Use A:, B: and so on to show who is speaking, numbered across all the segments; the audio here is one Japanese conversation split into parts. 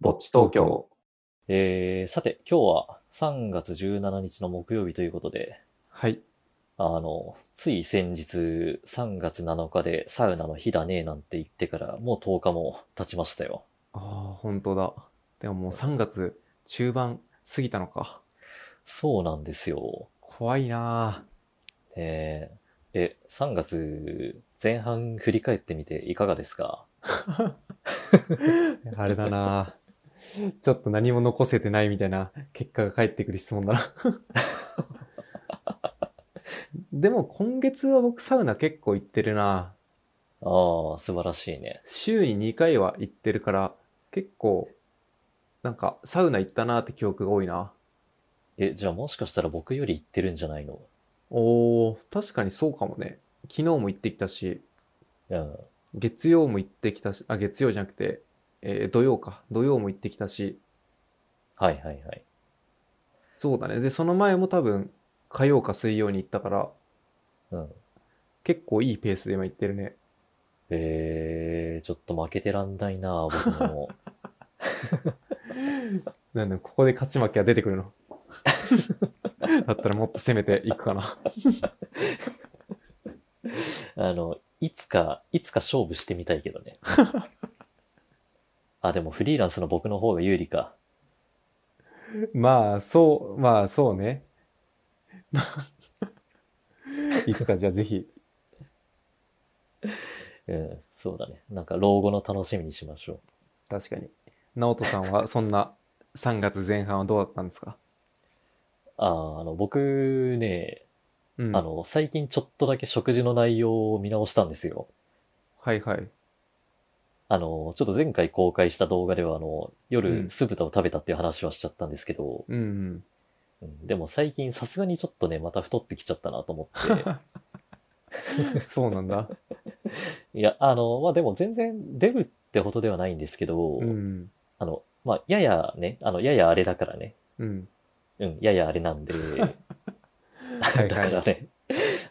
A: ぼっち東京。
B: えー、さて、今日は3月17日の木曜日ということで、
A: はい。
B: あの、つい先日3月7日でサウナの日だねなんて言ってからもう10日も経ちましたよ。
A: ああ、本当だ。でももう3月中盤過ぎたのか。
B: そうなんですよ。
A: 怖いな
B: えー、え、3月前半振り返ってみていかがですか
A: あ。あれだなあ ちょっと何も残せてないみたいな結果が返ってくる質問だな。 でも今月は僕サウナ結構行ってるな
B: ああ、素晴らしいね。
A: 週に2回は行ってるから、結構、なんかサウナ行ったなって記憶が多いな。
B: え、じゃあもしかしたら僕より行ってるんじゃないの
A: おー、確かにそうかもね。昨日も行ってきたし、
B: うん。
A: 月曜も行ってきたし、あ、月曜じゃなくて、えー土曜か。土曜も行ってきたし、
B: はいはいはい。
A: そうだね。で、その前も多分、火曜か水曜に行ったから、
B: うん。
A: 結構いいペースで今行ってるね。
B: えー、ちょっと負けてらんないな僕も。
A: なんだ、ここで勝ち負けは出てく るの。だったらもっと攻めていくかな。
B: あの、いつか、いつか勝負してみたいけ どね。あ、でもフリーランスの僕の方が有利か。
A: まあ、そう、まあ、そうね。 まあ、いつかじゃあぜひ。
B: うん、そうだね。なんか老後の楽しみにしましょう。
A: 確かに。直人さんはそんな3月前半はどうだったんですか
B: あー、あの、僕ね、
A: うん。
B: あの、最近ちょっとだけ食事の内容を見直したんですよ。
A: はいはい。
B: あの、ちょっと前回公開した動画では、あの、
A: うん
B: 夜酢豚を食べたっていう話はしちゃったんですけど、
A: うんうん。
B: うんでも最近さすがにちょっとね、また太ってきちゃったなと思って、
A: そうなん だ。
B: いや、あの、まあ、でも全然デブってほどではないんですけど、
A: うん。
B: あの、まあ、ややね、あの、ややあれだからね。
A: うん。
B: うん、ややあれなんで。
A: はい
B: だから
A: は
B: ね。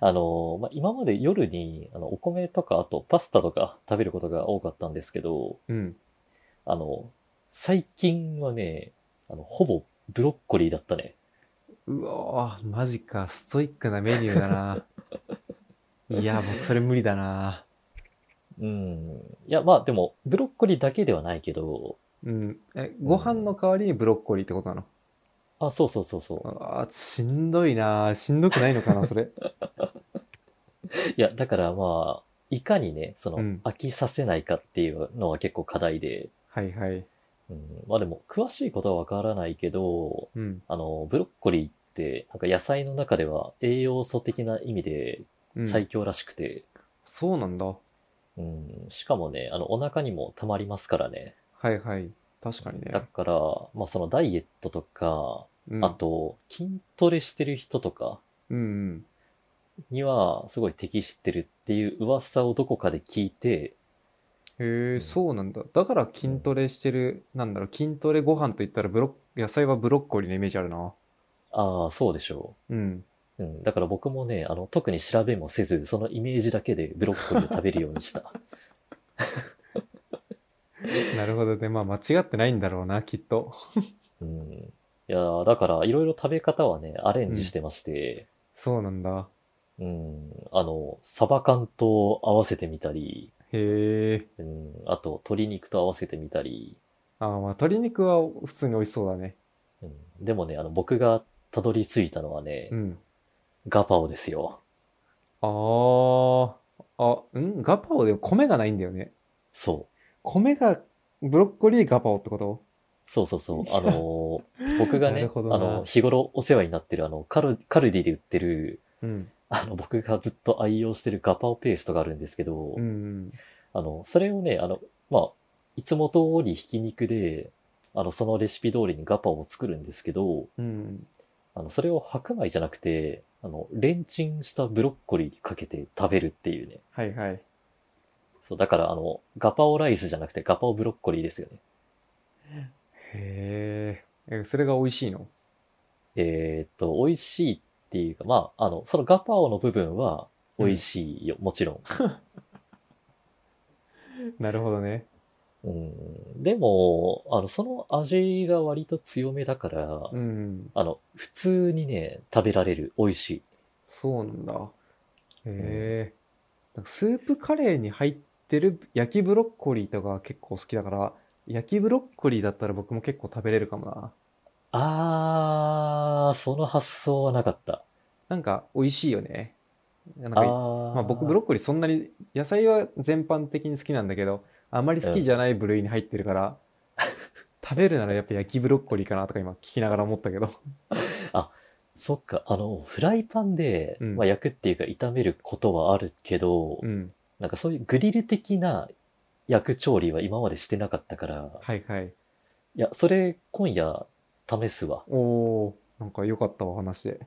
B: あの、まあ、今まで夜に、あの、お米とか、あとパスタとか食べることが多かったんですけど、
A: い。うん。
B: あの、最近はね、あの、ほぼブロッコリーだったね。
A: うわぁ、マジか。ストイックなメニューだ な。いや、僕それ無理だな。
B: うん。いや、まあ、でも、ブロッコリーだけではないけど、
A: うん。え、ご飯の代わりにブロッコリーってことなの
B: あ、そうそうそうそう。
A: あーしんどいなしんどくないのかな、そ れ。
B: いや、だからまあ、いかにね、その、
A: うん
B: 飽きさせないかっていうのは結構課題で、
A: はいはい。
B: うん、まあでも、詳しいことはわからないけど、
A: うん。
B: あの、ブロッコリーって、なんか野菜の中では栄養素的な意味で
A: うん、
B: 最強らしくて、
A: そうなんだ。
B: うん、しかもね、あの、お腹にも溜まりますからね。
A: はいはい。確かにね。
B: だから、まあそのダイエットとか、
A: うん、
B: あと、筋トレしてる人とか
A: うんうん。
B: にはすごい適してるっていう噂をどこかで聞いて、
A: へ
B: う
A: え、
B: ん
A: そうなんだ。だから筋トレしてる、なんだろう、筋トレご飯と言ったらブロッ、野菜はブロッコリーのイメージあるな。
B: ああ、そうでしょう。
A: うん。
B: うん、だから僕もね、あの、特に調べもせず、そのイメージだけでブロッコリーを食べるようにした。
A: なるほどね。まあ間違ってないんだろうな、きっと。
B: うん。いやーだから、いろいろ食べ方はね、アレンジしてまして、
A: そうなんだ。
B: うん、あの、サバ缶と合わせてみたり、
A: へえ。
B: うん、あと、鶏肉と合わせてみたり、
A: あーまあ鶏肉は普通に美味しそうだね。
B: うん、でもね、あの、僕がたどり着いたのはね、
A: うん。
B: ガパオですよ。
A: あー。あ、んガパオでも米がないんだよね。
B: そう。
A: 米が、ブロッコリーガパオってこと
B: そうそうそう。あのー僕が
A: な
B: ね
A: る、
B: あ
A: ほどな
B: の、日頃お世話になってる、あの、カル、カルディで売ってる、
A: うん。
B: あの、僕がずっと愛用してるガパオペーストがあるんですけど、
A: うんうん。
B: あの、それをね、あの、まあ、いつも通りひき肉で、あの、そのレシピ通りにガパオを作るんですけど、
A: うん。
B: あの、それを白米じゃなくて、あの、レンチンしたブロッコリーにかけて食べるっていうね。
A: はいはい。
B: そう、だからあの、ガパオライスじゃなくてガパオブロッコリーですよね。
A: へーえ。それが美味しいの
B: えーっと、美味しいっていうか、まあ、あの、そのガパオの部分は美味しいよ、もちろん。
A: なるほどね。
B: うん、でも、あの、その味が割と強めだから、
A: うん。
B: あの、普通にね、食べられる。美味しい。
A: そうなんだ。へえ。なんかスープカレーに入ってる焼きブロッコリーとか結構好きだから、焼きブロッコリーだったら僕も結構食べれるかもな。
B: あー、その発想はなかった。
A: なんか美味しいよね。なん
B: あ
A: か
B: ー。
A: まあ僕ブロッコリーそんなに野菜は全般的に好きなんだけどあまり好きじゃない部類に入ってる から、食べるならやっぱ焼きブロッコリーかなとか今聞きながら思ったけど
B: そっか、あの、フライパンで、
A: うん
B: まあ、焼くっていうか炒めることはあるけど、
A: うん
B: なんかそういうグリル的な焼く調理は今までしてなかったから、
A: はいはい
B: いや、それ今夜試すわ。
A: おおーなんか良かったお話で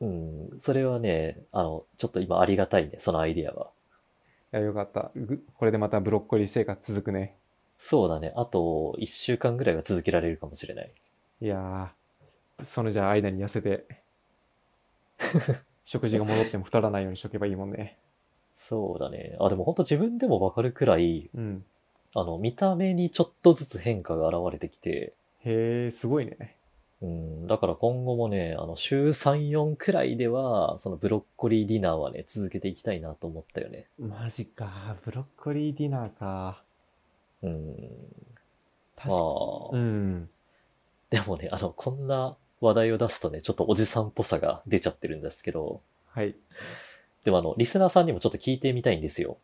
B: うん、それはね、あの、ちょっと今ありがたいね、そのアイディアは。
A: いや良かったぐこれでまたブロッコリー生活続くね
B: そうだね、あと1週間ぐらいは続けられるかもしれない。
A: いやーそのじゃあ間に痩せ て食事が戻っても太らないようにしとけばいいもんね
B: そうだね。あ、でも本当自分でもわかるくらい、
A: うん
B: あの、見た目にちょっとずつ変化が現れてきて、
A: へえすごいね
B: うん、だから今後もね、あの、週3、4くらいでは、そのブロッコリーディナーはね、続けていきたいなと思ったよね。
A: マジかブロッコリーディナーか
B: うん、
A: 確か
B: まあ、
A: うん
B: でもね、あの、こんな話題を出すとね、ちょっとおじさんっぽさが出ちゃってるんですけど、
A: はい
B: でもあの、リスナーさんにもちょっと聞いてみたいんですよ。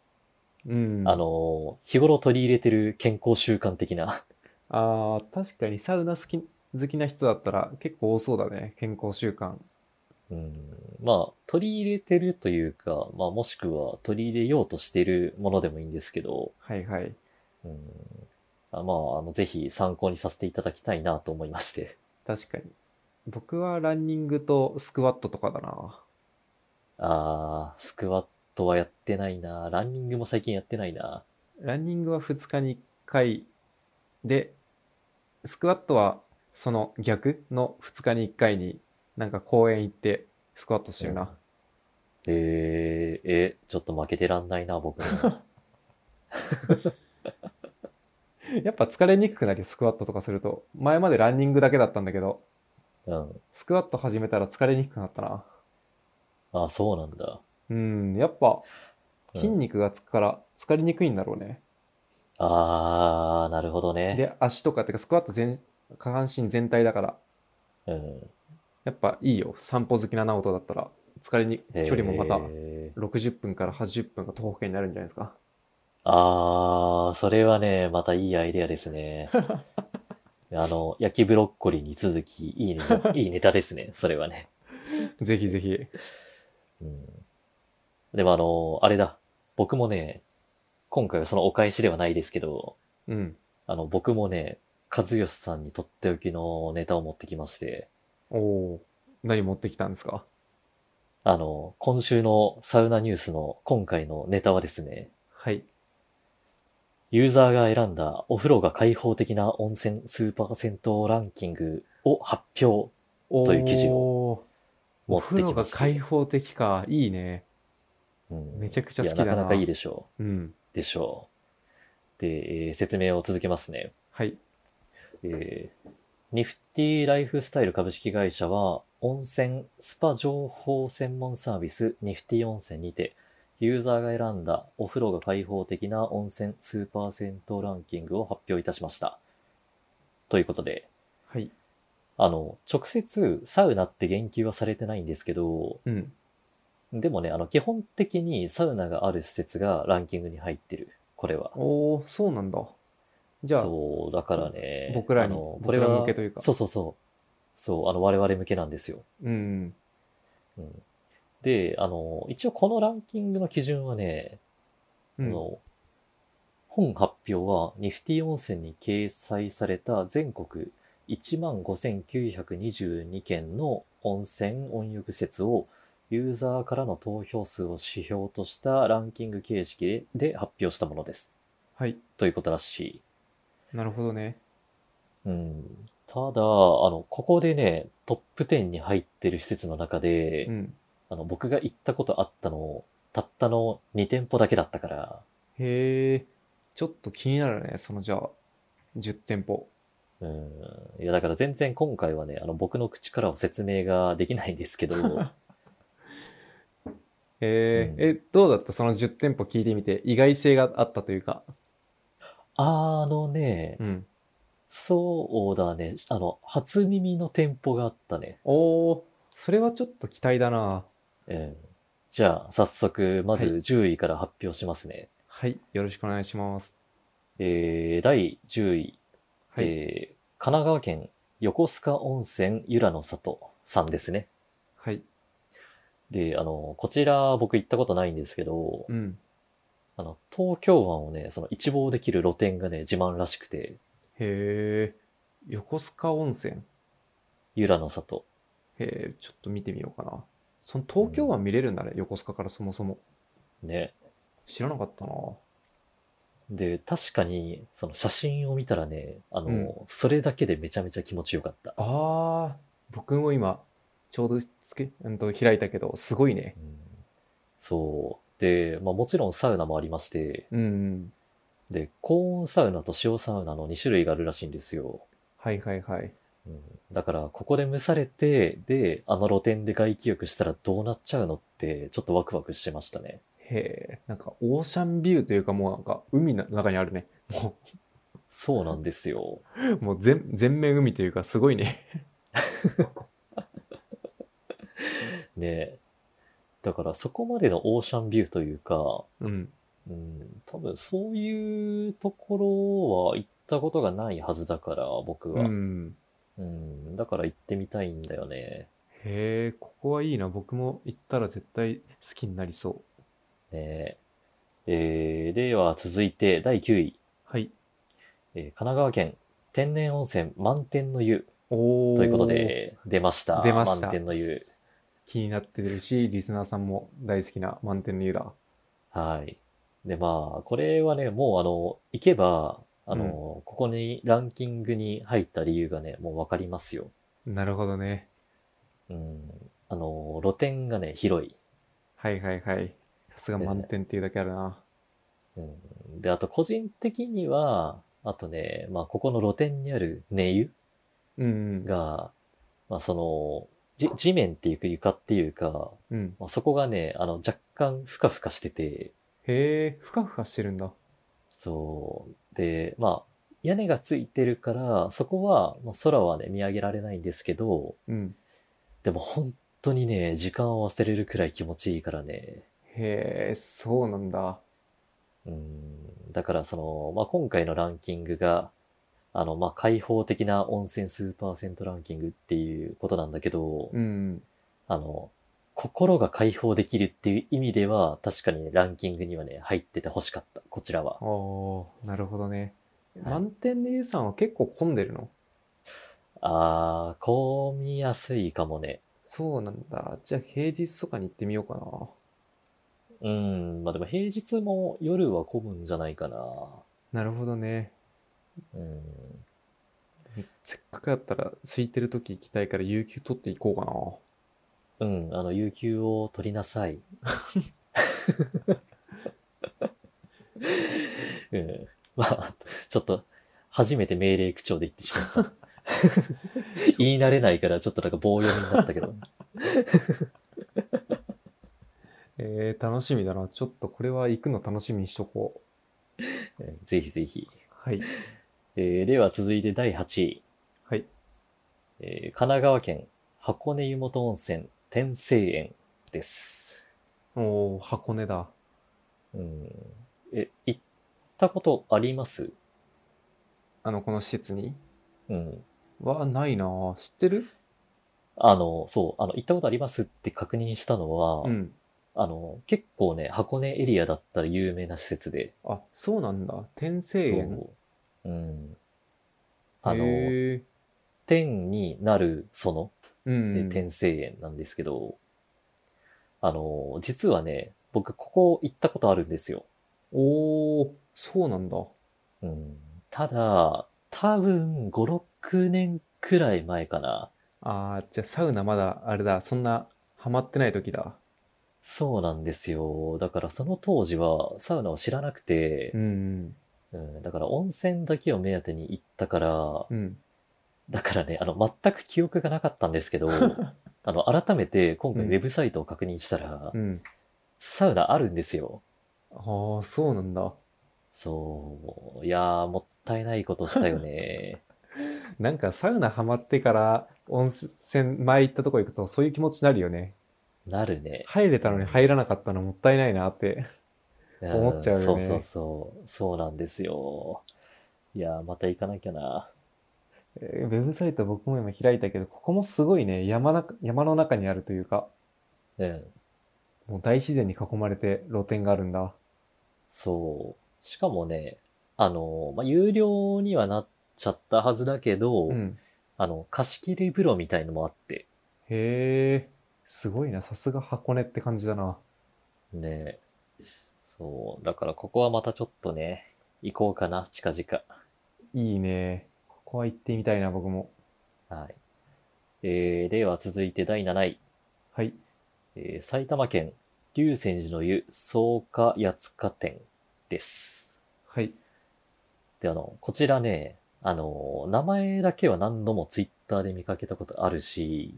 A: うん
B: あの、日頃取り入れてる健康習慣的な。
A: あー確かにサウナ好き好きな人だったら結構多そうだね健康習慣
B: うん、まあ、取り入れてるというか、まあ、もしくは取り入れようとしてるものでもいいんですけど、
A: はいはい
B: うん、あまあ、あの、ぜひ参考にさせていただきたいなと思いまして。
A: 確かに僕はランニングとスクワットとかだな
B: あー、スクワットはやってないな。ランニングも最近やってないな。
A: ランニングは2日に1回でスクワットはその逆の2日に1回になんか公園行ってスクワットしてるな、
B: えー、え、ちょっと負けてらんないな、僕 も。
A: やっぱ疲れにくくなるよスクワットとかすると前までランニングだけだったんだけど
B: うん。
A: スクワット始めたら疲れにくくなったな
B: あ、そうなんだ。
A: うんやっぱ
B: うん
A: 筋肉がつくから疲れにくいんだろうね。
B: あー、なるほどね。
A: で、足とかってかスクワット全、下半身全体だから、
B: うん。
A: やっぱいいよ。散歩好きな直人だったら、疲れに、距離もまた
B: へー
A: 60分から80分が徒歩圏になるんじゃないですか。
B: あー、それはね、またいいアイデアで すね。あの、焼きブロッコリーに続き、いいね、いいネタですね。それはね。
A: ぜひぜひ。
B: うん。でもあの、あれだ。僕もね、今回はそのお返しではないですけど、
A: うん。
B: あの、僕もね、和義さんにとっておきのネタを持ってきまして、
A: おおー。何持ってきたんですか
B: あの、今週のサウナニュースの今回のネタはですね、
A: はい。
B: ユーザーが選んだお風呂が開放的な温泉スーパー銭湯ランキングを発表
A: お
B: という記事
A: を
B: 持
A: お
B: って
A: 風
B: き
A: 呂
B: ま
A: が
B: した。
A: 開放的か。いいね。
B: うん
A: めちゃくちゃ好きだな。
B: いや、なかなかいいでしょ
A: うん。
B: う。でしょう。で、えー説明を続けますね。
A: はい。
B: えーニフティライフスタイル株式会社は、温泉、スパ情報専門サービス、ニフティ温泉にて、ユーザーが選んだお風呂が開放的な温泉スーパー銭湯ランキングを発表いたしました。ということで、
A: はい。
B: あの、直接サウナって言及はされてないんですけど、
A: うん。
B: でもね、あの、基本的にサウナがある施設がランキングに入ってる。これは。
A: おおそうなんだ。じゃあ、
B: そう、だからね。
A: 僕らに
B: あのこ
A: 僕
B: れ
A: ら
B: は
A: 向けというか
B: そうそうそう。そう、あの、我々向けなんですよ。
A: うん。
B: うん。で、あの、一応このランキングの基準はね、
A: う
B: あ
A: ん。
B: の、本発表は、ニフティ温泉に掲載された全国15,922件の温泉・温浴施設を、ユーザーからの投票数を指標としたランキング形式でで発表したものです。
A: はい。
B: ということらしい。
A: なるほどね。
B: うん。ただ、あの、ここでね、トップ10に入ってる施設の中で、
A: うん。
B: あの、僕が行ったことあったの、たったの2店舗だけだったから、
A: へえ。ちょっと気になるね、そのじゃあ、10店舗。
B: うん。いや、だから全然今回はね、あの、僕の口からは説明ができないんですけど、
A: えー
B: う
A: え、どうだったその10店舗聞いてみて、意外性があったというか。
B: あのね、
A: うん。
B: そうだね、あの、初耳の店舗があったね。
A: おー、それはちょっと期待だな
B: うん。じゃあ、早速、まず
A: はい
B: 10位から発表しますね。
A: はい、よろしくお願いします。
B: えー、第10位、
A: はい。
B: えー神奈川県横須賀温泉由良の里さんですね。
A: はい。
B: で、あの、こちら僕行ったことないんですけど、
A: うん。
B: あの、東京湾をね、その一望できる露店がね、自慢らしくて、
A: へえ。横須賀温泉。
B: 由良の里。
A: へえ、ちょっと見てみようかな。その東京湾見れるんだね、横須賀からそもそも。
B: ね。
A: 知らなかったな
B: で、確かに、その写真を見たらね、あの、
A: うん
B: それだけでめちゃめちゃ気持ちよかった。
A: あー、僕も今、ちょうどつけ、うんと、開いたけど、すごいね。
B: うんそう。で、まあもちろんサウナもありまして、
A: うん、うん。
B: で、高温サウナと塩サウナの2種類があるらしいんですよ。
A: はいはいはい。
B: うんだから、ここで蒸されて、で、あの露店で外気浴したらどうなっちゃうのって、ちょっとワクワクしてましたね。
A: へえ、なんかオーシャンビューというかもうなんか海の中にあるね。も
B: そうなんですよ。
A: う、もう全、全面海というかすごいね。
B: ねえだから、そこまでのオーシャンビューというか、
A: うん。
B: うん、多分そういうところは行ったことがないはずだから、僕
A: う
B: は。
A: ん。
B: うん、だから行ってみたいんだよね。
A: へえ、ここはいいな。僕も行ったら絶対好きになりそう。
B: ねええーでは続いて第9位、
A: はい。
B: えー神奈川県天然温泉満天の湯
A: おー。
B: ということ。で出ました。
A: 出ました
B: 満天の湯。
A: 気になってるし、リスナーさんも大好きな満点の湯だ。
B: はい。で、まあ、これはね、もうあの、行けば、あの、
A: うん
B: ここにランキングに入った理由がね、もうわかりますよ。
A: なるほどね。
B: うん。あの、露店がね、広い。
A: はいはいはい。さすが満点っていうだけあるな。
B: うん。で、あと個人的には、あとね、まあ、ここの露店にある寝湯
A: うん。
B: が、まあ、その、じ地面っていうか床っていうか、
A: うん。
B: まあ、そこがね、あの、若干ふかふかしてて、
A: へえ、ふかふかしてるんだ。
B: そう。で、まあ、屋根がついてるから、そこは、まあ、空はね、見上げられないんですけど、
A: うん。
B: でも本当にね、時間を忘れるくらい気持ちいいからね。
A: へえ、そうなんだ。
B: うん。だから、その、まあ、今回のランキングが、あの、まあ、開放的な温泉スーパーセントランキングっていうことなんだけど、
A: うん。
B: あの、心が解放できるっていう意味では、確かに、ね、ランキングにはね、入ってて欲しかった、こちらは。
A: おー、なるほどね。
B: はい
A: 満点の湯さんは結構混んでるの
B: あー、こう見やすいかもね。
A: そうなんだ。じゃあ平日とかに行ってみようかな。
B: うん、まあでも平日も夜は混むんじゃないかな。
A: なるほどね。
B: うん。
A: せっかくだったら空いてる時行きたいから有給取っていこう
B: うん、あの、有給を取りなさ い。うん、まあ、ちょっと、初めて命令口調で言ってし まった。言い慣れないから、ちょっとなんか棒読みになったけど。
A: かな。えー、楽しみだな。ちょっとこれは行くの楽しみにしとこ
B: うんぜひぜひ。
A: う。はい。
B: えーでは続いて第8位、
A: はい。
B: えー神奈川県箱根湯本温泉天聖園です。
A: おー、箱根だ。
B: うん、え、行ったことあります
A: あの、この施設に
B: うん。
A: はないなぁ知ってる
B: あの、そう、あの、行ったことありますって確認したのは、
A: うん。
B: あの、結構ね、箱根エリアだったら有名な施設で、
A: あ、そうなんだ。天聖園。
B: そう。うん。あの、
A: へ
B: 天になるその、
A: ーうん
B: で、天聖園なんですけど、あの、実はね、僕ここ行ったことあるんですよ。
A: おー、そうなんだ。
B: うん、ただ、多分5、6年くらい前かな。
A: あー、じゃあサウナまだ、あれだ、そんな、ハマってない時だ。
B: そうなんですよ。だからその当時はサウナを知らなくて、
A: うん。
B: うん、だから温泉だけを目当てに行ったから、
A: うん。
B: だからね、あの、全く記憶がなかったんです けど、あの、改めて今回ウ
A: うん
B: ェブサイトを確認したら、
A: うん。
B: サウナあるんですよ。
A: ああ、そうなんだ。
B: そう。いやー、もったいないことしたよ ね。
A: なんかサウナハマってから温泉前行ったとこ行くとそういう気持ちになるよね。
B: なるね。
A: 入れたのに入らなかったのもったいないなって。
B: うん
A: 思っちゃうよね
B: そうそうそう。そうなんですよ。いやー、また行かなきゃな。
A: えーウェブサイト僕も今開いたけど、ここもすごいね、山な山の中にあるというか、
B: うん。
A: もう大自然に囲まれて露店があるんだ。
B: そう。しかもね、あの、まあ、有料にはなっちゃったはずだけど、
A: うん。
B: あの、貸し切り風呂みたいのもあって、
A: へえ、すごいな。さすが箱根って感じだな。
B: ね。そう。だからここはまたちょっとね、行こうかな、近々。
A: いいね。ここは行ってみたいな、僕も。
B: はい。えー、では続いて第7位。
A: はい。
B: えー埼玉県、龍泉寺の湯、草加八塚店です。
A: はい。
B: で、あの、こちらね、あの、名前だけは何度もツイッターで見かけたことあるし、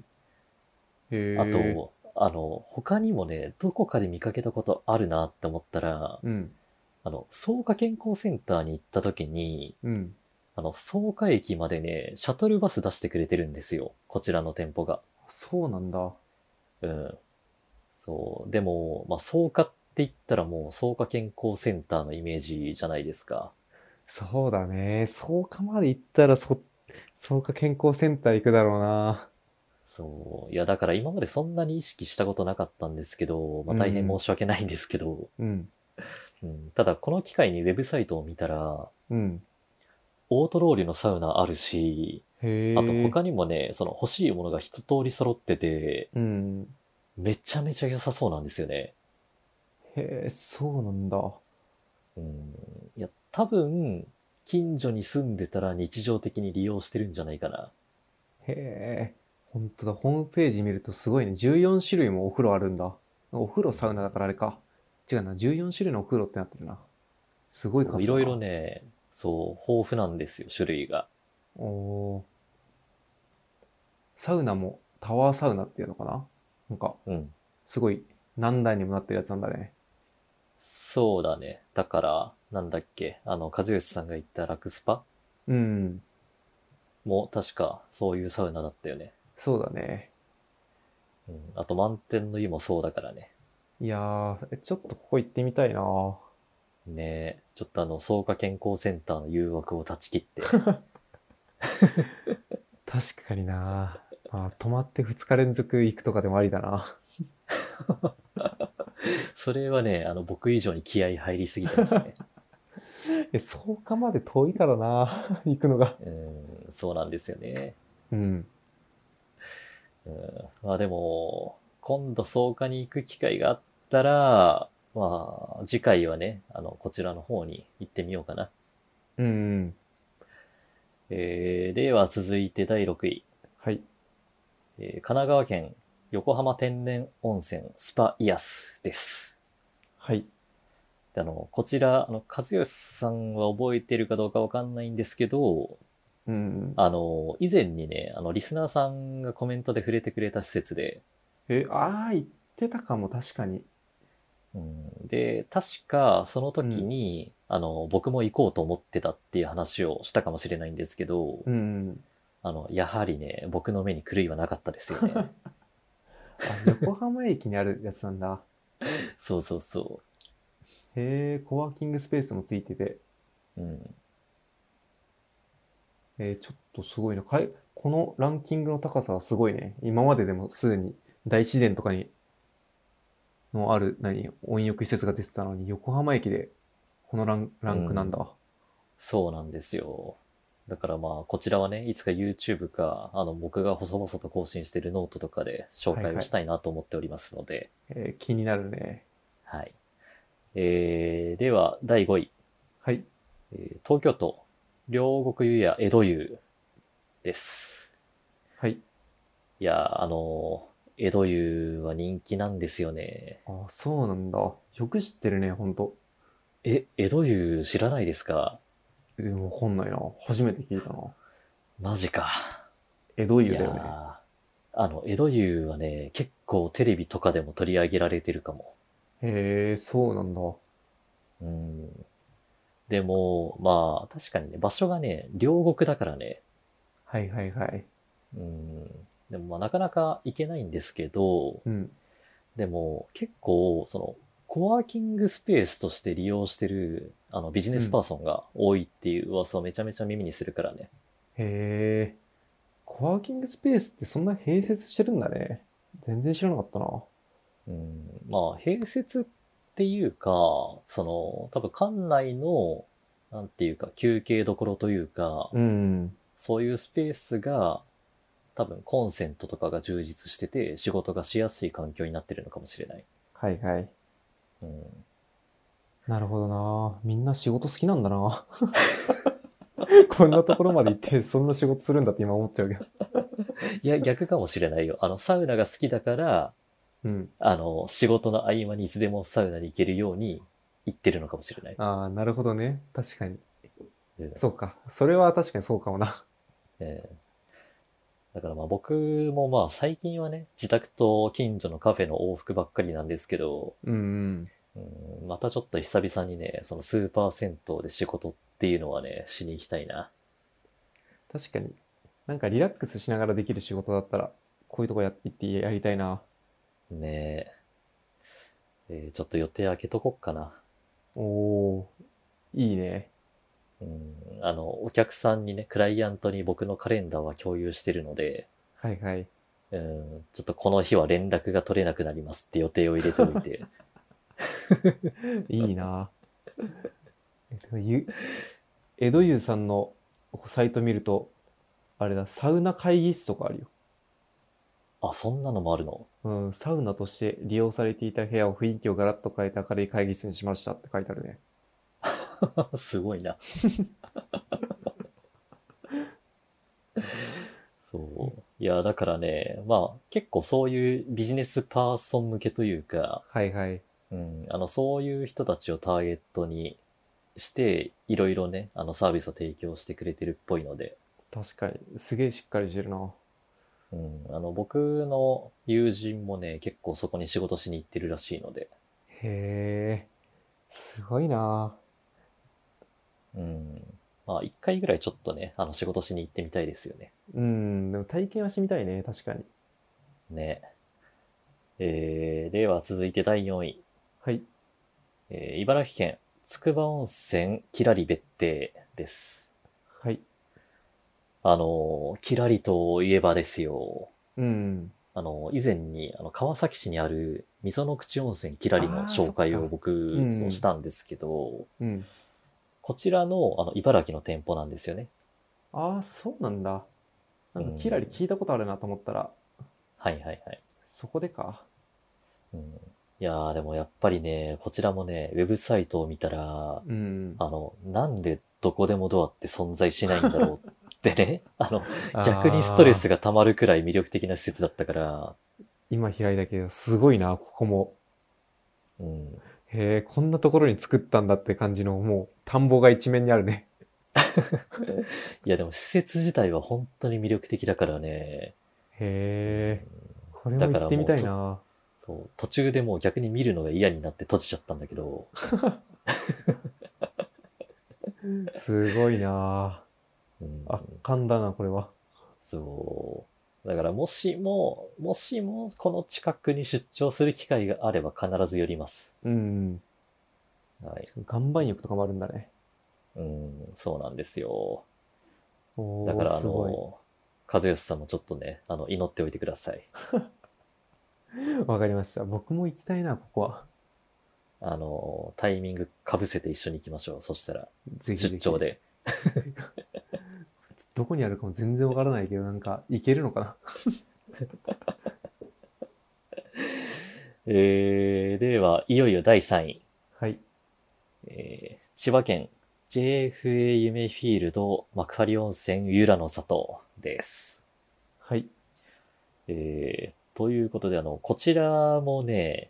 A: へえ。
B: あ、と、あの、他にもね、どこかで見かけたことあるなって思ったら、
A: うん。
B: あの、草加健康センターに行った時に、
A: うん。
B: あの、草加駅までね、シャトルバス出してくれてるんですよ。こちらの店舗が。
A: そうなんだ。
B: うん。そう。でも、まあ、草加って言ったらもう草加健康センターのイメージじゃないですか。
A: そうだね。草加まで行ったら、そ、草加健康センター行くだろうな。
B: そう。いや、だから今までそんなに意識したことなかったんですけど、まあ、大変申し訳ないんですけど、
A: うん。
B: うん、ただこの機会にウェブサイトを見たら、
A: うん。
B: オートローリュのサウナあるし、
A: へえ。
B: あと他にもね、その欲しいものが一通り揃ってて、
A: うん。
B: めちゃめちゃ良さそうなんですよね。
A: へえ、そうなんだ。
B: うん。いや、多分、近所に住んでたら日常的に利用してるんじゃないかな。
A: へえ。ほんとだ。ホームページ見るとすごいね。14種類もお風呂あるんだ。お風呂サウナだからあれか。違うな。14種類のお風呂ってなってるな。すごい
B: そう
A: 数
B: い
A: だ
B: ろ
A: ない
B: ろ。ね、そう、豊富なんですよ、種類が。
A: おお。サウナもタワーサウナっていうのかななんか、
B: うん。
A: すごい何段にもなってるやつなんだね。
B: そうだね。だから、なんだっけ、あの、和義さんが言ったラクスパ
A: うん。
B: も確かそういうサウナだったよね。
A: そうだね。
B: うん。あと、満天の湯もそうだからね。
A: いやー、えちょっとここ行ってみたいな
B: ねえ、ちょっとあの、草加健康センターの誘惑を断ち切って。
A: 確かになまあ、泊まって2日連続行くとかでもありだな。
B: それはね、あの、僕以上に気合い入りすぎてますね。
A: え、草加まで遠いからな行くのが。
B: うん、そうなんですよね。
A: うん。
B: うん、まあでも、今度草加に行く機会があったら、まあ、次回はね、あの、こちらの方に行ってみようかな。
A: うんうん。
B: えー、では続いて第6位。
A: はい。
B: えー神奈川県横浜天然温泉スパイアスです。
A: はい。
B: であの、こちら、あの、和義さんは覚えてるかどうかわかんないんですけど、
A: うん。
B: あの、以前にね、あの、リスナーさんがコメントで触れてくれた施設で、
A: え、あー、行ってたかも、確かに。
B: うん、で、確かその時に、あの、僕も行こうと思ってたっていう話をしたかもしれないんですけど、
A: うん。
B: あの、やはりね、僕の目に狂いはなかったですよね。
A: あ、横浜駅にあるやつなんだ。
B: そうそうそ
A: へえ、コワーキングスペースもついてて。
B: う。うん。
A: えーちょっとすごいな。かい、このランキングの高さはすごいね。今まででもすでに大自然とかに、のある、何、温浴施設が出てたのに、横浜駅でこのラン、ランクなんだ。
B: そうなんですよ。だからまあ、こちらはね、いつか YouTube か、あの、僕が細々と更新してるノートとかで紹
A: は
B: 介
A: い
B: を
A: はい
B: したいなと思っておりますので、
A: えー気になるね。
B: はい。えー、では、第5位。
A: はい。
B: えー東京都、両国湯や江戸湯です。
A: はい。
B: いやー、あのー江戸湯は人気なんですよね。
A: あ、そうなんだ。よく知ってるね、ほんと。
B: え、江戸湯知らないですか
A: え、でもわかんないな。初めて聞いたな。
B: マジか。
A: 江戸
B: い
A: 湯
B: や
A: だよね。
B: ーあの、江戸湯はね、結構テレビとかでも取り上げられてるかも。
A: へえ、そうなんだ。
B: うん。でも、まあ、確かにね、場所がね、両国だからね、
A: はいはいはい。
B: うん。でも、まあ、なかなか行けないんですけど、
A: うん。
B: でも、結構、その、コワーキングスペースとして利用してる、あの、ビジネスパーソンが多いっていう噂をめちゃめちゃ耳にするからね。
A: へえ。コワーキングスペースってそんな併設してるんだね。全然知らなかったな。
B: うん、まあ、併設っていうか、その、多分館内の、なんていうか、休憩どころというか、
A: うん。
B: そういうスペースが、多分コンセントとかが充実してて、仕事がしやすい環境になってるのかもしれない。
A: はいはい。
B: うん、
A: なるほどな。みんな仕事好きなんだな。 こんなところまで行って、そんな仕事するんだって今思っちゃうけど。
B: いや、逆かもしれないよ。あの、サウナが好きだから、
A: うん。
B: あの、仕事の合間にいつでもサウナに行けるように行ってるのかもしれない。
A: ああ、なるほどね。確かに。
B: うん
A: そうか。それは確かにそうかもな。
B: ええだからまあ僕もまあ最近はね、自宅と近所のカフェの往復ばっかりなんですけど、
A: うんうん。
B: うんまたちょっと久々にね、そのスーパー銭湯で仕事っていうのはね、しに行きたいな。
A: 確かに。なんかリラックスしながらできる仕事だったら、こういうとこや行ってやりたいな。
B: ねえ。えーちょっと予定開けとこっかな。
A: おおいいね。
B: うん、あの、お客さんにね、クライアントに僕のカレンダーは共有してるので、
A: はいはい。
B: うん、ちょっとこの日は連絡が取れなくなりますって予定を入れておいて、
A: いいな。えでもゆ江戸優さんのサイト見ると、あれだ、サウナ会議室とかあるよ。
B: あ、そんなのもあるの
A: うん、サウナとして利用されていた部屋を雰囲気をガラッと変えて明るい会議室にしましたって書いてあるね。
B: すごいな。そう。いや、だからね、まあ、結構そういうビジネスパーソン向けというか、
A: はいはい。
B: うん、あの、そういう人たちをターゲットにして、いろいろね、あの、サービスを提供してくれてるっぽいので、
A: 確かに。すげえしっかりしてるな。
B: うん、あの、僕の友人もね、結構そこに仕事しに行ってるらしいので、
A: へえ、すごいな。
B: うん、まあ、一回ぐらいちょっとね、あの、仕事しに行ってみたいですよね。
A: うん、でも体験はしてみたいね、確かに。
B: ね。えー、では続いて第4位。
A: はい。
B: えー茨城県、筑波温泉、キラリ別邸です。
A: はい。
B: あのー、キラリといえばですよ。
A: うん。
B: あのー、以前に、あの、川崎市にある、溝の口温泉キラリの紹介
A: あーそっ
B: を
A: か
B: 僕、
A: んうん
B: そうしたんですけど、
A: うん。
B: こちらの、あの、茨城の店舗なんですよね。
A: ああ、そうなんだ。なん
B: うん
A: かキラリ聞いたことあるなと思ったら、
B: はいはいはい。
A: そこでか。
B: うん、いやー、でもやっぱりね、こちらもね、ウェブサイトを見たら、
A: うん。
B: あの、なんでどこでもドアって存在しないんだろうってね、 あの、
A: あー
B: 逆にストレス。が溜まるくらい魅力的な施設だったから、
A: 今開いたけど、すごいな、ここも。
B: うん、
A: へえ、こんなところに作ったんだって感じの、もう、田んぼが一面にあるね。
B: いやでも施設自体は本当に魅力的だからね、
A: へえ、これ
B: だ
A: も
B: から
A: 行ってみたい
B: も
A: な。
B: そう、途中でもう逆に見るのが嫌になって閉じちゃったんだけど、
A: すごいな。
B: うん、
A: 圧巻だな、これは。
B: そう。だからもしも、もしもこの近くに出張する機会があれば必ず寄ります。
A: うん。
B: はい。
A: 岩盤浴とかもあるんだね。
B: うん、そうなんですよ。
A: おー
B: だからあ
A: すごい。
B: の、和義さんもちょっとね、あの、祈っておいてください。
A: わかりました。僕も行きたいな、ここは。
B: あの、タイミング被せて一緒に行きましょう。そしたら、
A: ぜひぜひ
B: 出張。で。
A: どこにあるかも全然わからないけど、なんか、行けるのかな。
B: えー、では、いよいよ第3位。
A: はい。
B: えー、千葉県 JFA 夢フィールド幕張温泉ゆらの里です。
A: はい。
B: えー、ということで、あの、こちらもね、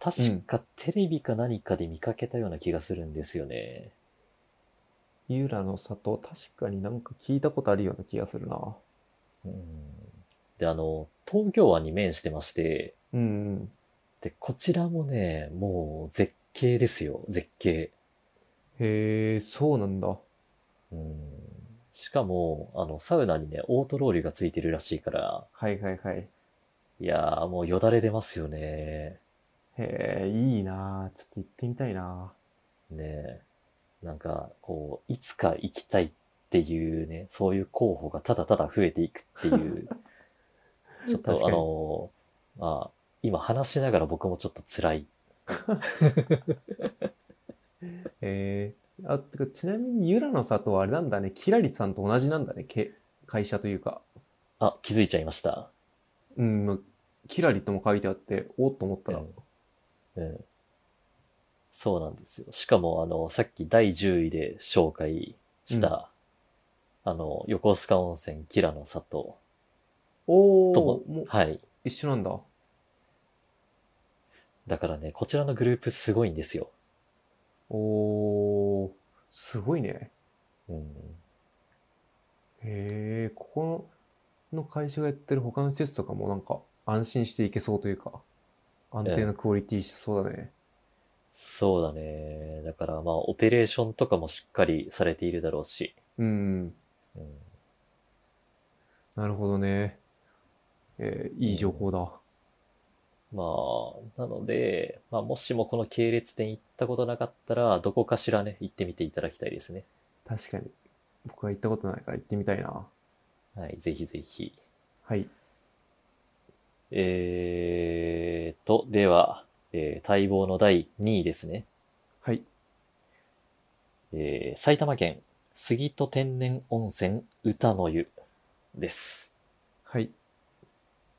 B: 確かテレビか何かで見かけたような気がするんですよね。
A: 井浦の里、確かになんか聞いたことあるような気がするな。
B: うんで、あの、東京湾に面してまして、
A: うん
B: で、こちらもね、もう絶景ですよ、絶景。
A: うん。へえ、そうなんだ。
B: うんしかも、あの、サウナにね、オートロールがついてるらしいから、
A: はいはいはい。へ
B: いやー、もうよだれ出ますよね。
A: え、いいなぁちょっと行ってみたいな
B: ねえなんか、こう、いつか行きたいっていうね、そういう候補がただただ増えていくっ ていう、ちょっ
A: 確
B: と
A: か
B: あ
A: に
B: のー、まあ、今話しながら僕もちょっと辛い。
A: へえ。あ、てかちなみに由良の里はあれなんだね。キラリさんと同じなんだね。け会社というか。
B: あ、気づいちゃいました。
A: うん、まあキラリとも書いてあって、おっと思ったら。
B: うん。うん。そうなんですよ。しかも、あの、さっき第10位で紹介した、あの、横須賀温泉キラの里
A: お
B: とも
A: お、もう、
B: はい。
A: 一緒なんだ。
B: だからね、こちらのグループすごいんですよ。
A: おお、すごいね。
B: うん。
A: へえ、ここの会社がやってる他の施設とかもなんか安心していけそうというか、安定なクオリティしそうだね。
B: そうだね。だから、まあ、オペレーションとかもしっかりされているだろうし。
A: うん、
B: うん。
A: なるほどね。えーいい情報だ。
B: まあ、なので、まあ、もしもこの系列店行ったことなかったら、どこかしらね、行ってみていただきたいですね。
A: 確かに。僕は行ったことないから行ってみたいな。
B: はい、ぜひぜひ。
A: はい。
B: えーと、では、えー待望の第2位ですね。
A: はい。
B: えー埼玉県杉戸天然温泉歌の湯です。
A: はい。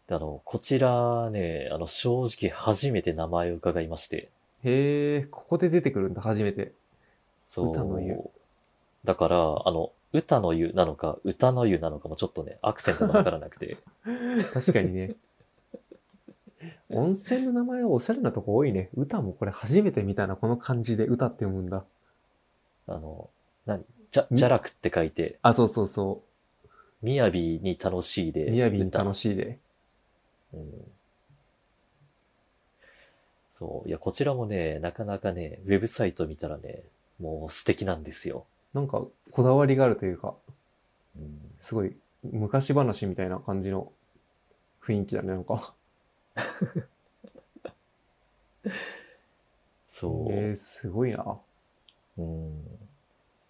B: であの、こちらね、あの、正直初めて名前を伺いまして。
A: へえ、ここで出てくるんだ、初めて。
B: そう。
A: 歌の湯
B: だから、あの、歌の湯なのか、歌の湯なのかもちょっとね、アクセントがわからな くて。
A: 確かにね。温泉の名前はおしゃれなとこ多いね。歌もこれ初めて見たな、この漢字で歌って読むんだ。
B: あの、何じゃ、じゃらくって書いて、
A: あ、そうそうそう。
B: みやびに楽しいで。
A: みやびに
B: 歌
A: 楽しいで。
B: うんそう。いや、こちらもね、なかなかね、ウェブサイト見たらね、もう素敵なんですよ。
A: なんか、こだわりがあるというか、
B: うん、
A: すごい、昔話みたいな感じの雰囲気だね、なんか。
B: そう、
A: えー、すごいな。
B: うん。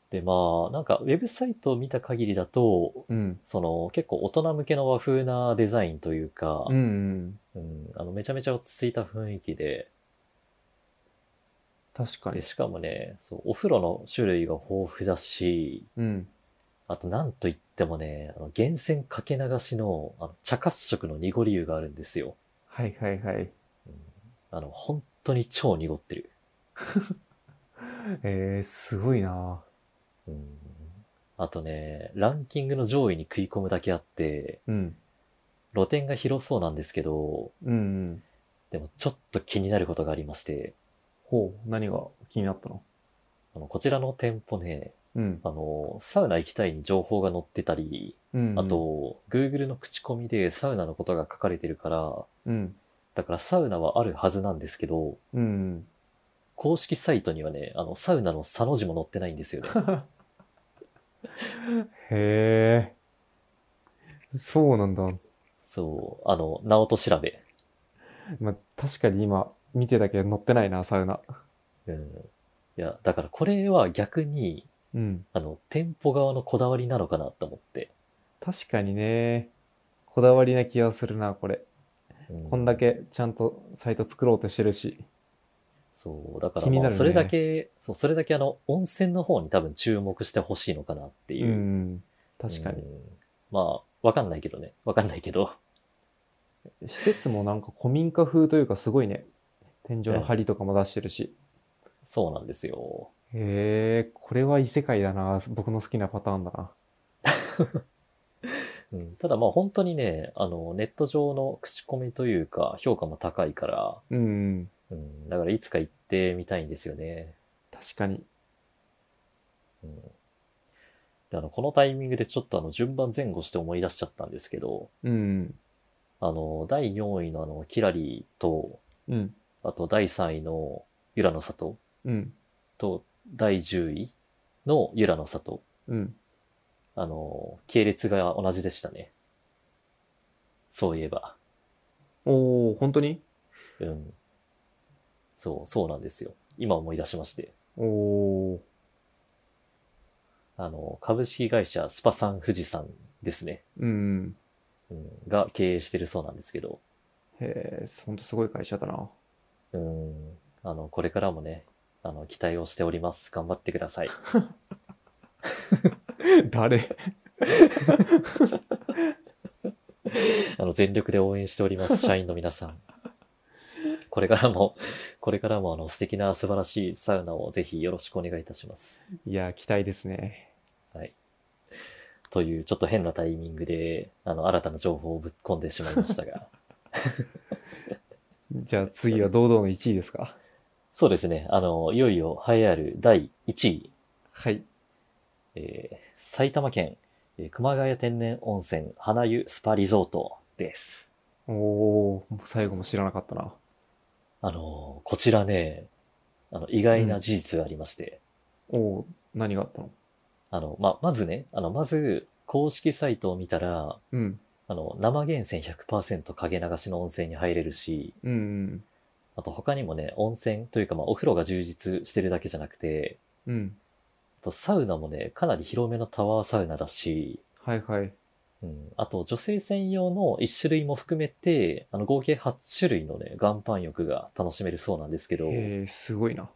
B: で、まあ、なんか、ウェブサイトを見た限りだと、
A: うん。
B: その、結構大人向けの和風なデザインというか
A: うん、、うん。
B: うんあの、めちゃめちゃ落ち着いた雰囲気で、
A: 確かに
B: で、。しかもね、そう、お風呂の種類が豊富だし、
A: うん。
B: あと、なんといってもね、あの源泉かけ流しの、あの、茶褐色の濁り湯があるんですよ。
A: はいはいはい。
B: あの、本当に超濁ってる。
A: えー、すごいな。
B: うんあとね、ランキングの上位に食い込むだけあって、
A: うん。
B: 露店が広そうなんですけど、
A: うん、うん。
B: でもちょっと気になることがありまして、
A: ほう、何が気になったの
B: あの、こちらの店舗ね、
A: うん。
B: あの、サウナ行きたいに情報が載ってたり、
A: うん。
B: あ、と、Google の口コミでサウナのことが書かれてるから、
A: うん。
B: だからサウナはあるはずなんですけど、
A: うん。
B: 公式サイトにはね、あの、サウナのサの字も載ってない んですよね。
A: へえ。そうなんだ。
B: そう、あの、ナオト調べ。
A: まあ、確かに今、見てたけど乗ってないな、サウナ。
B: うん。いや、だからこれは逆に、
A: うん。
B: あの、店舗側のこだわりなのかなと思って。
A: 確かにね、こだわりな気がするな、これ。
B: う
A: こんだ。けちゃんとサイト作ろうとしてるし。
B: そう、だから
A: 気に
B: ま
A: な
B: あ、
A: るね
B: それだけ、そう、それだけあの、温泉の方に多分注目してほしいのかなっていうう。
A: ん。確か
B: う
A: に。
B: ん。まあ、わかんないけどね。わかんないけど。
A: 施設もなんか古民家風というかすごいね。天井の梁とかも出してるし。
B: そうなんですよ。
A: へえ、これは異世界だな。僕の好きなパターンだな。
B: うん。ただまあ、本当にね、あの、ネット上の口コミというか、評価も高いから、
A: うん。
B: うん。だからいつか行ってみたいんですよね。
A: 確かに。
B: うん。であの、このタイミングでちょっとあの、順番前後して思い出しちゃったんですけど、
A: うん。
B: あの、第4位のあの、キラリと、
A: うん。
B: あと第3位のユラの里
A: うん。
B: と、第10位のユラの里。
A: うん。
B: あの、系列が同じでしたね。そういえば。
A: おー、本当に
B: うん。そう、そうなんですよ。今思い出しまして。
A: おー。
B: あの、株式会社スパサン富士山ですね。
A: うん。
B: うん、が経営してるそうなんですけど。
A: へえ、ほんとすごい会社だな。
B: うん。あの、これからもね、あの、期待をしております。頑張ってください。
A: 誰
B: あの、全力で応援しております。社員の皆さん。これからも、これからもあの、素敵な素晴らしいサウナをぜひよろしくお願いいたします。
A: いや、期待ですね。
B: はい。という、ちょっと変なタイミングで、あの、新たな情報をぶっ込んでしまいましたが。
A: じゃあ次は堂々の1位ですか。
B: そうですね。あの、いよいよ栄えある第1位。
A: はい。
B: えー埼玉県、えー熊谷天然温泉花湯スパリゾートです。
A: おー、もう最後も知らなかったな。
B: あのーこちらね、あの、意外な事実がありまして、
A: おー、何があったの
B: あの、ま、まずね、あの、まず、公式サイトを見たら、
A: うん。
B: あの、生源泉100%影流しの温泉に入れるし、
A: うんうん。
B: あと他にもね、温泉というか、まあ、お風呂が充実してるだけじゃなくて、
A: うん。
B: あとサウナもね、かなり広めのタワーサウナだし、
A: はいはい。
B: うん、あと女性専用の1種類も含めて、あの合計8種類のね、岩盤浴が楽しめるそうなんですけど、うん、
A: へえ、すごいな。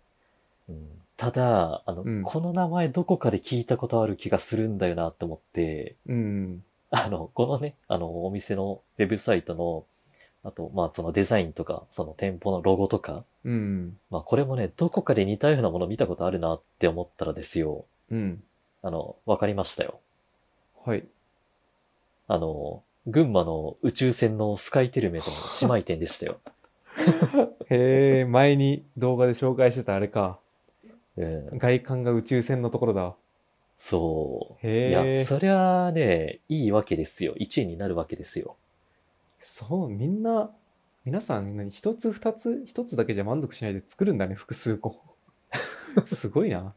B: ただ、あの、
A: うん
B: この名前どこかで聞いたことある気がするんだよなと思って、
A: うん。
B: あの、このね、あの、お店のウェブサイトの、あと、まあ、そのデザインとか、その店舗のロゴとか、
A: うん。
B: まあ、これもね、どこかで似たようなもの見たことあるなって思ったらですよ、
A: うん。
B: あの、わかりましたよ。
A: はい。
B: あの、群馬の宇宙船のスカイテルメとの姉妹店でしたよ。
A: へえ、前に動画で紹介してたあれか。
B: うん、
A: 外観が宇宙船のところだ。
B: そう。い
A: へえ。
B: や、そりゃあね、いいわけですよ。1位になるわけですよ。
A: そう、みんな、皆さん、何一つ二つ、一つだけじゃ満足しないで作るんだね、複数 個。すごいな。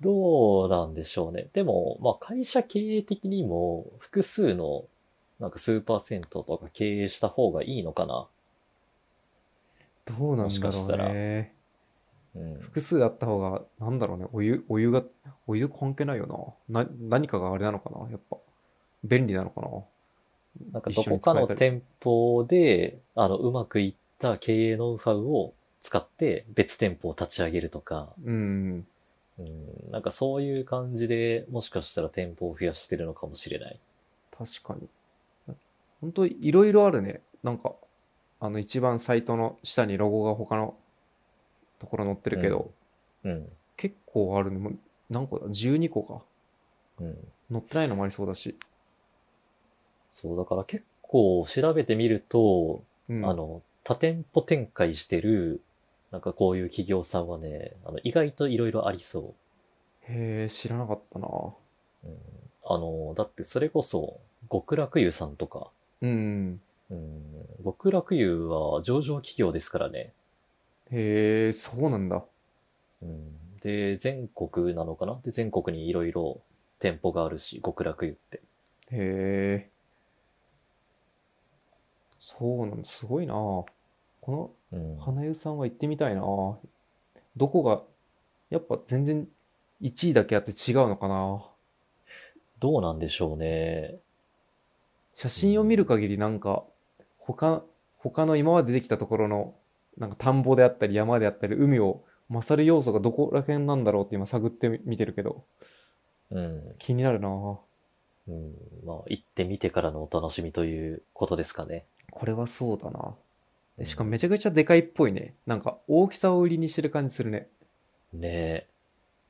B: どうなんでしょうね。でも、まあ、会社経営的にも、複数の、なんかスーパー銭湯とか経営した方がいいのかな。
A: どうなん
B: もしかした
A: だろ
B: ら
A: うね。
B: うん。
A: 複数あった方が、なんだろうね、お湯、お湯が、お湯関係ないよな。な、何かがあれなのかな、やっぱ。便利なのかな。
B: なんかどこかの店舗で、あの、うまくいった経営ノウハウを使って別店舗を立ち上げるとか、
A: うん。
B: うん、なんかそういう感じでもしかしたら店舗を増やしてるのかもしれない。
A: 確かに。本当いろいろあるね。なんか、あの一番サイトの下にロゴが他のところ載ってるけど、
B: うん。
A: 結構あるね。もう何個だ ?12 個か。
B: うん。
A: 載ってないのもありそうだし。
B: そう、だから結構調べてみると、
A: うん、
B: あの、多店舗展開してる、なんかこういう企業さんはね、あの、意外といろいろありそ
A: へえ、知らなかったな。
B: う。うん、あの、だってそれこそ、極楽湯さんとか、
A: うん。
B: うん、極楽湯は上場企業ですからね。
A: へえ、そうなんだ。
B: うん、で、全国なのかなで、全国にいろいろ店舗があるし、極楽湯って。
A: へえ。そうなんだ。すごいな。この
B: うん、
A: 花湯さんは行ってみたいな。どこが、やっぱ全然1位だけあって違うのかな。
B: どうなんでしょうね。
A: 写真を見る限りなんか他他の今まで出てきたところのなんか田んぼであったり山であったり海を勝る要素がどこら辺なんだろうって今探ってみ見てるけど
B: うん、
A: 気になるなぁ
B: うん、まあ、行ってみてからのお楽しみということですかね。
A: これはそうだな
B: うん
A: でしかもめちゃくちゃでかいっぽいねなんか大きさを売りにしてる感じするね
B: ねえ。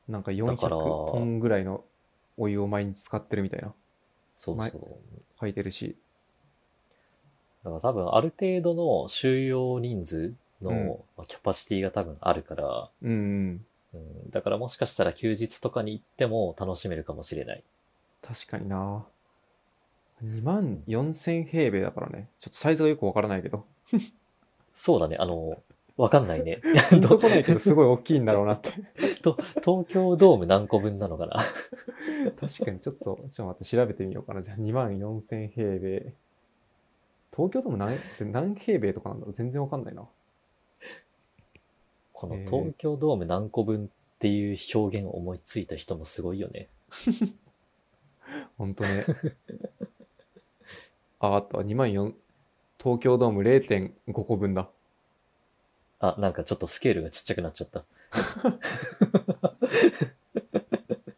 A: なんか
B: だから
A: 400トンぐらいのお湯を毎日使ってるみたいな
B: そう
A: ま
B: そう。
A: 書いてるし
B: だから多分ある程度の収容人数
A: うん
B: のまあキャパシティが多分あるから、
A: うん
B: うん、だからもしかしたら休日とかに行っても楽しめるかもしれない。
A: 確かにな2万4000平米だからね。ちょっとサイズがよくわからないけど。
B: そうだね、あの、わかんないね。
A: ピンとこ ないけどすごい大きいんだろうなって。
B: と東京ドーム何個分なのか な
A: 確かにちょっと、ちょっと待って、調べてみようかな。じゃあ2万4000平米。東京でも何、何平米とかなんだろう全然わかんないな。
B: こ
A: えー
B: の東京ドーム何個分っていう表現を思いついた人もすごいよね。
A: ほんとね。 あ、あった。2万4、東京ドーム0.5個分だ。
B: あ、なんかちょっとスケールがちっちゃくなっちゃった。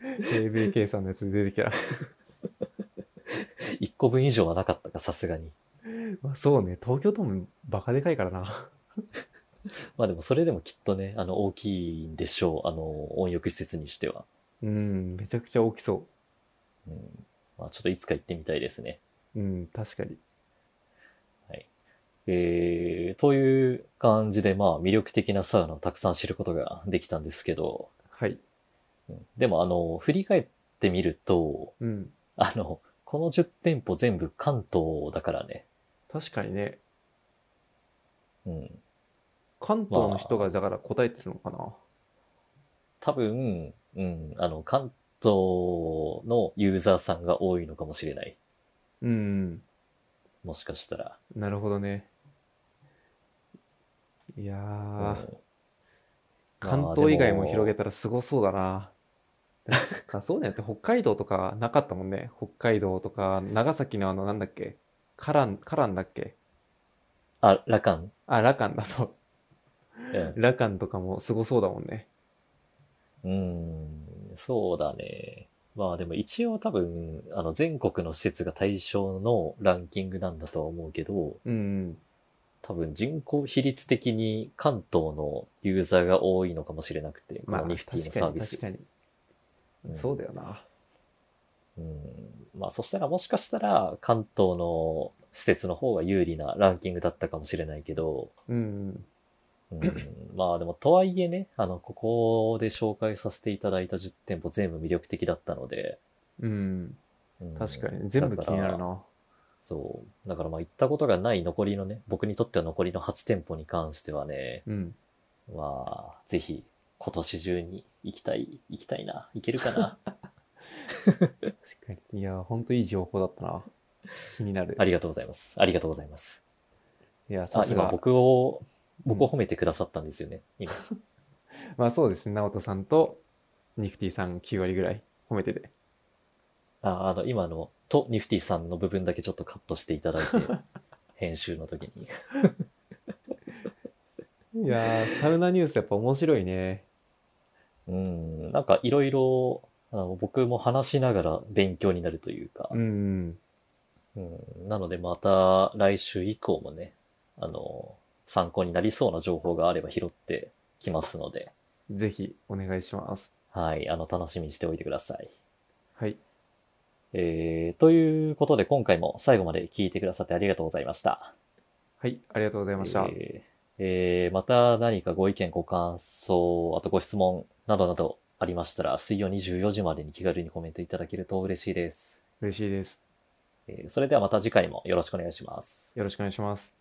A: 平米計算のやつで出て きた。
B: 1個分以上はなかったか、さすがに。
A: まあそうね、東京ドームバカでかいからな。
B: まあでもそれでもきっとね、あの、大きいんでしょう。あの、温浴施設にしては。
A: うん、めちゃくちゃ大きそ
B: うん。まあちょっといつか行ってみたいですね。
A: う。うん、確かに。
B: えー、という感じで、まあ魅力的なサウナをたくさん知ることができたんですけど、
A: はい。
B: うんでもあの、振り返ってみると、
A: うん。
B: あの、この10店舗全部関東だからね。
A: 確かにね、
B: うん。
A: 関東の人がだから答えてるのかな。
B: 多分、うん、あの、関東のユーザーさんが多いのかもしれない。
A: うん、
B: もしかしたら。
A: なるほどね。いやー、
B: うん
A: 関東以外も広げ
B: て。
A: たらすごそうだ な。そっか、そうだよって、北海道とかなかったもんね。北海道とか、長崎のあの、なんだっけ、カラン、カランだっけ。
B: まああ、ラカン。
A: あ、ラカンだ、そう。
B: うん
A: ラカンとかもすごそうだもんね。
B: うん、そうだね。まあでも一応多分、あの、全国の施設が対象のランキングなんだとは思うけど、
A: うん、
B: 多分人口比率的に関東のユーザーが多いのかもしれなくて、このニフティのサービス
A: 確。かに確か
B: うん
A: に。そうだよな。
B: うんまあそしたらもしかしたら関東の施設の方が有利なランキングだったかもしれないけど、
A: うん、
B: うん、まあでもとはいえね、あの、ここで紹介させていただいた10店舗全部魅力的だったので、
A: うん、
B: うん
A: 確かに。全部気になる。
B: だから
A: な。
B: そう。だからまあ行ったことがない残りのね、僕にとっては残りの8店舗に関してはね、
A: うん。
B: まあ、ぜひ今年中に行きたい、行きたいな、行ける かな。
A: 確かに。いや、ほんといい情報だったな。気になる
B: あ。りがとうございます。ありがとうございます。
A: いや、さ
B: あ、
A: す
B: 今
A: が。
B: 僕を、僕を褒めてくださったんですよね、今。
A: まあそうですね、直人さんとニクティさん9割ぐらい褒めてて。
B: あ、あの、今の、と、ニフティさんの部分だけちょっとカットしていただい て、編集の時に。
A: いやー、サウナニュースやっぱ面白いね。
B: うん、なんかいろいろ、あの僕も話しながら勉強になるというか、
A: うん。
B: うん、なのでまた来週以降もね、あの、参考になりそうな情報があれば拾ってきますので、
A: ぜひお願いします。
B: はい、あの、楽しみにしておいてください。
A: はい。
B: えー、ということで今回も最後まで聞いてくださってありがとうございました。
A: はい、ありがとうございました。
B: えーえーまた何かご意見、ご感想、あとご質問などなどありましたら、水曜24時までに気軽にコメントいただけると嬉しいです。
A: 嬉しいです。
B: えーそれではまた次回もよろしくお願いします。
A: よろしくお願いします。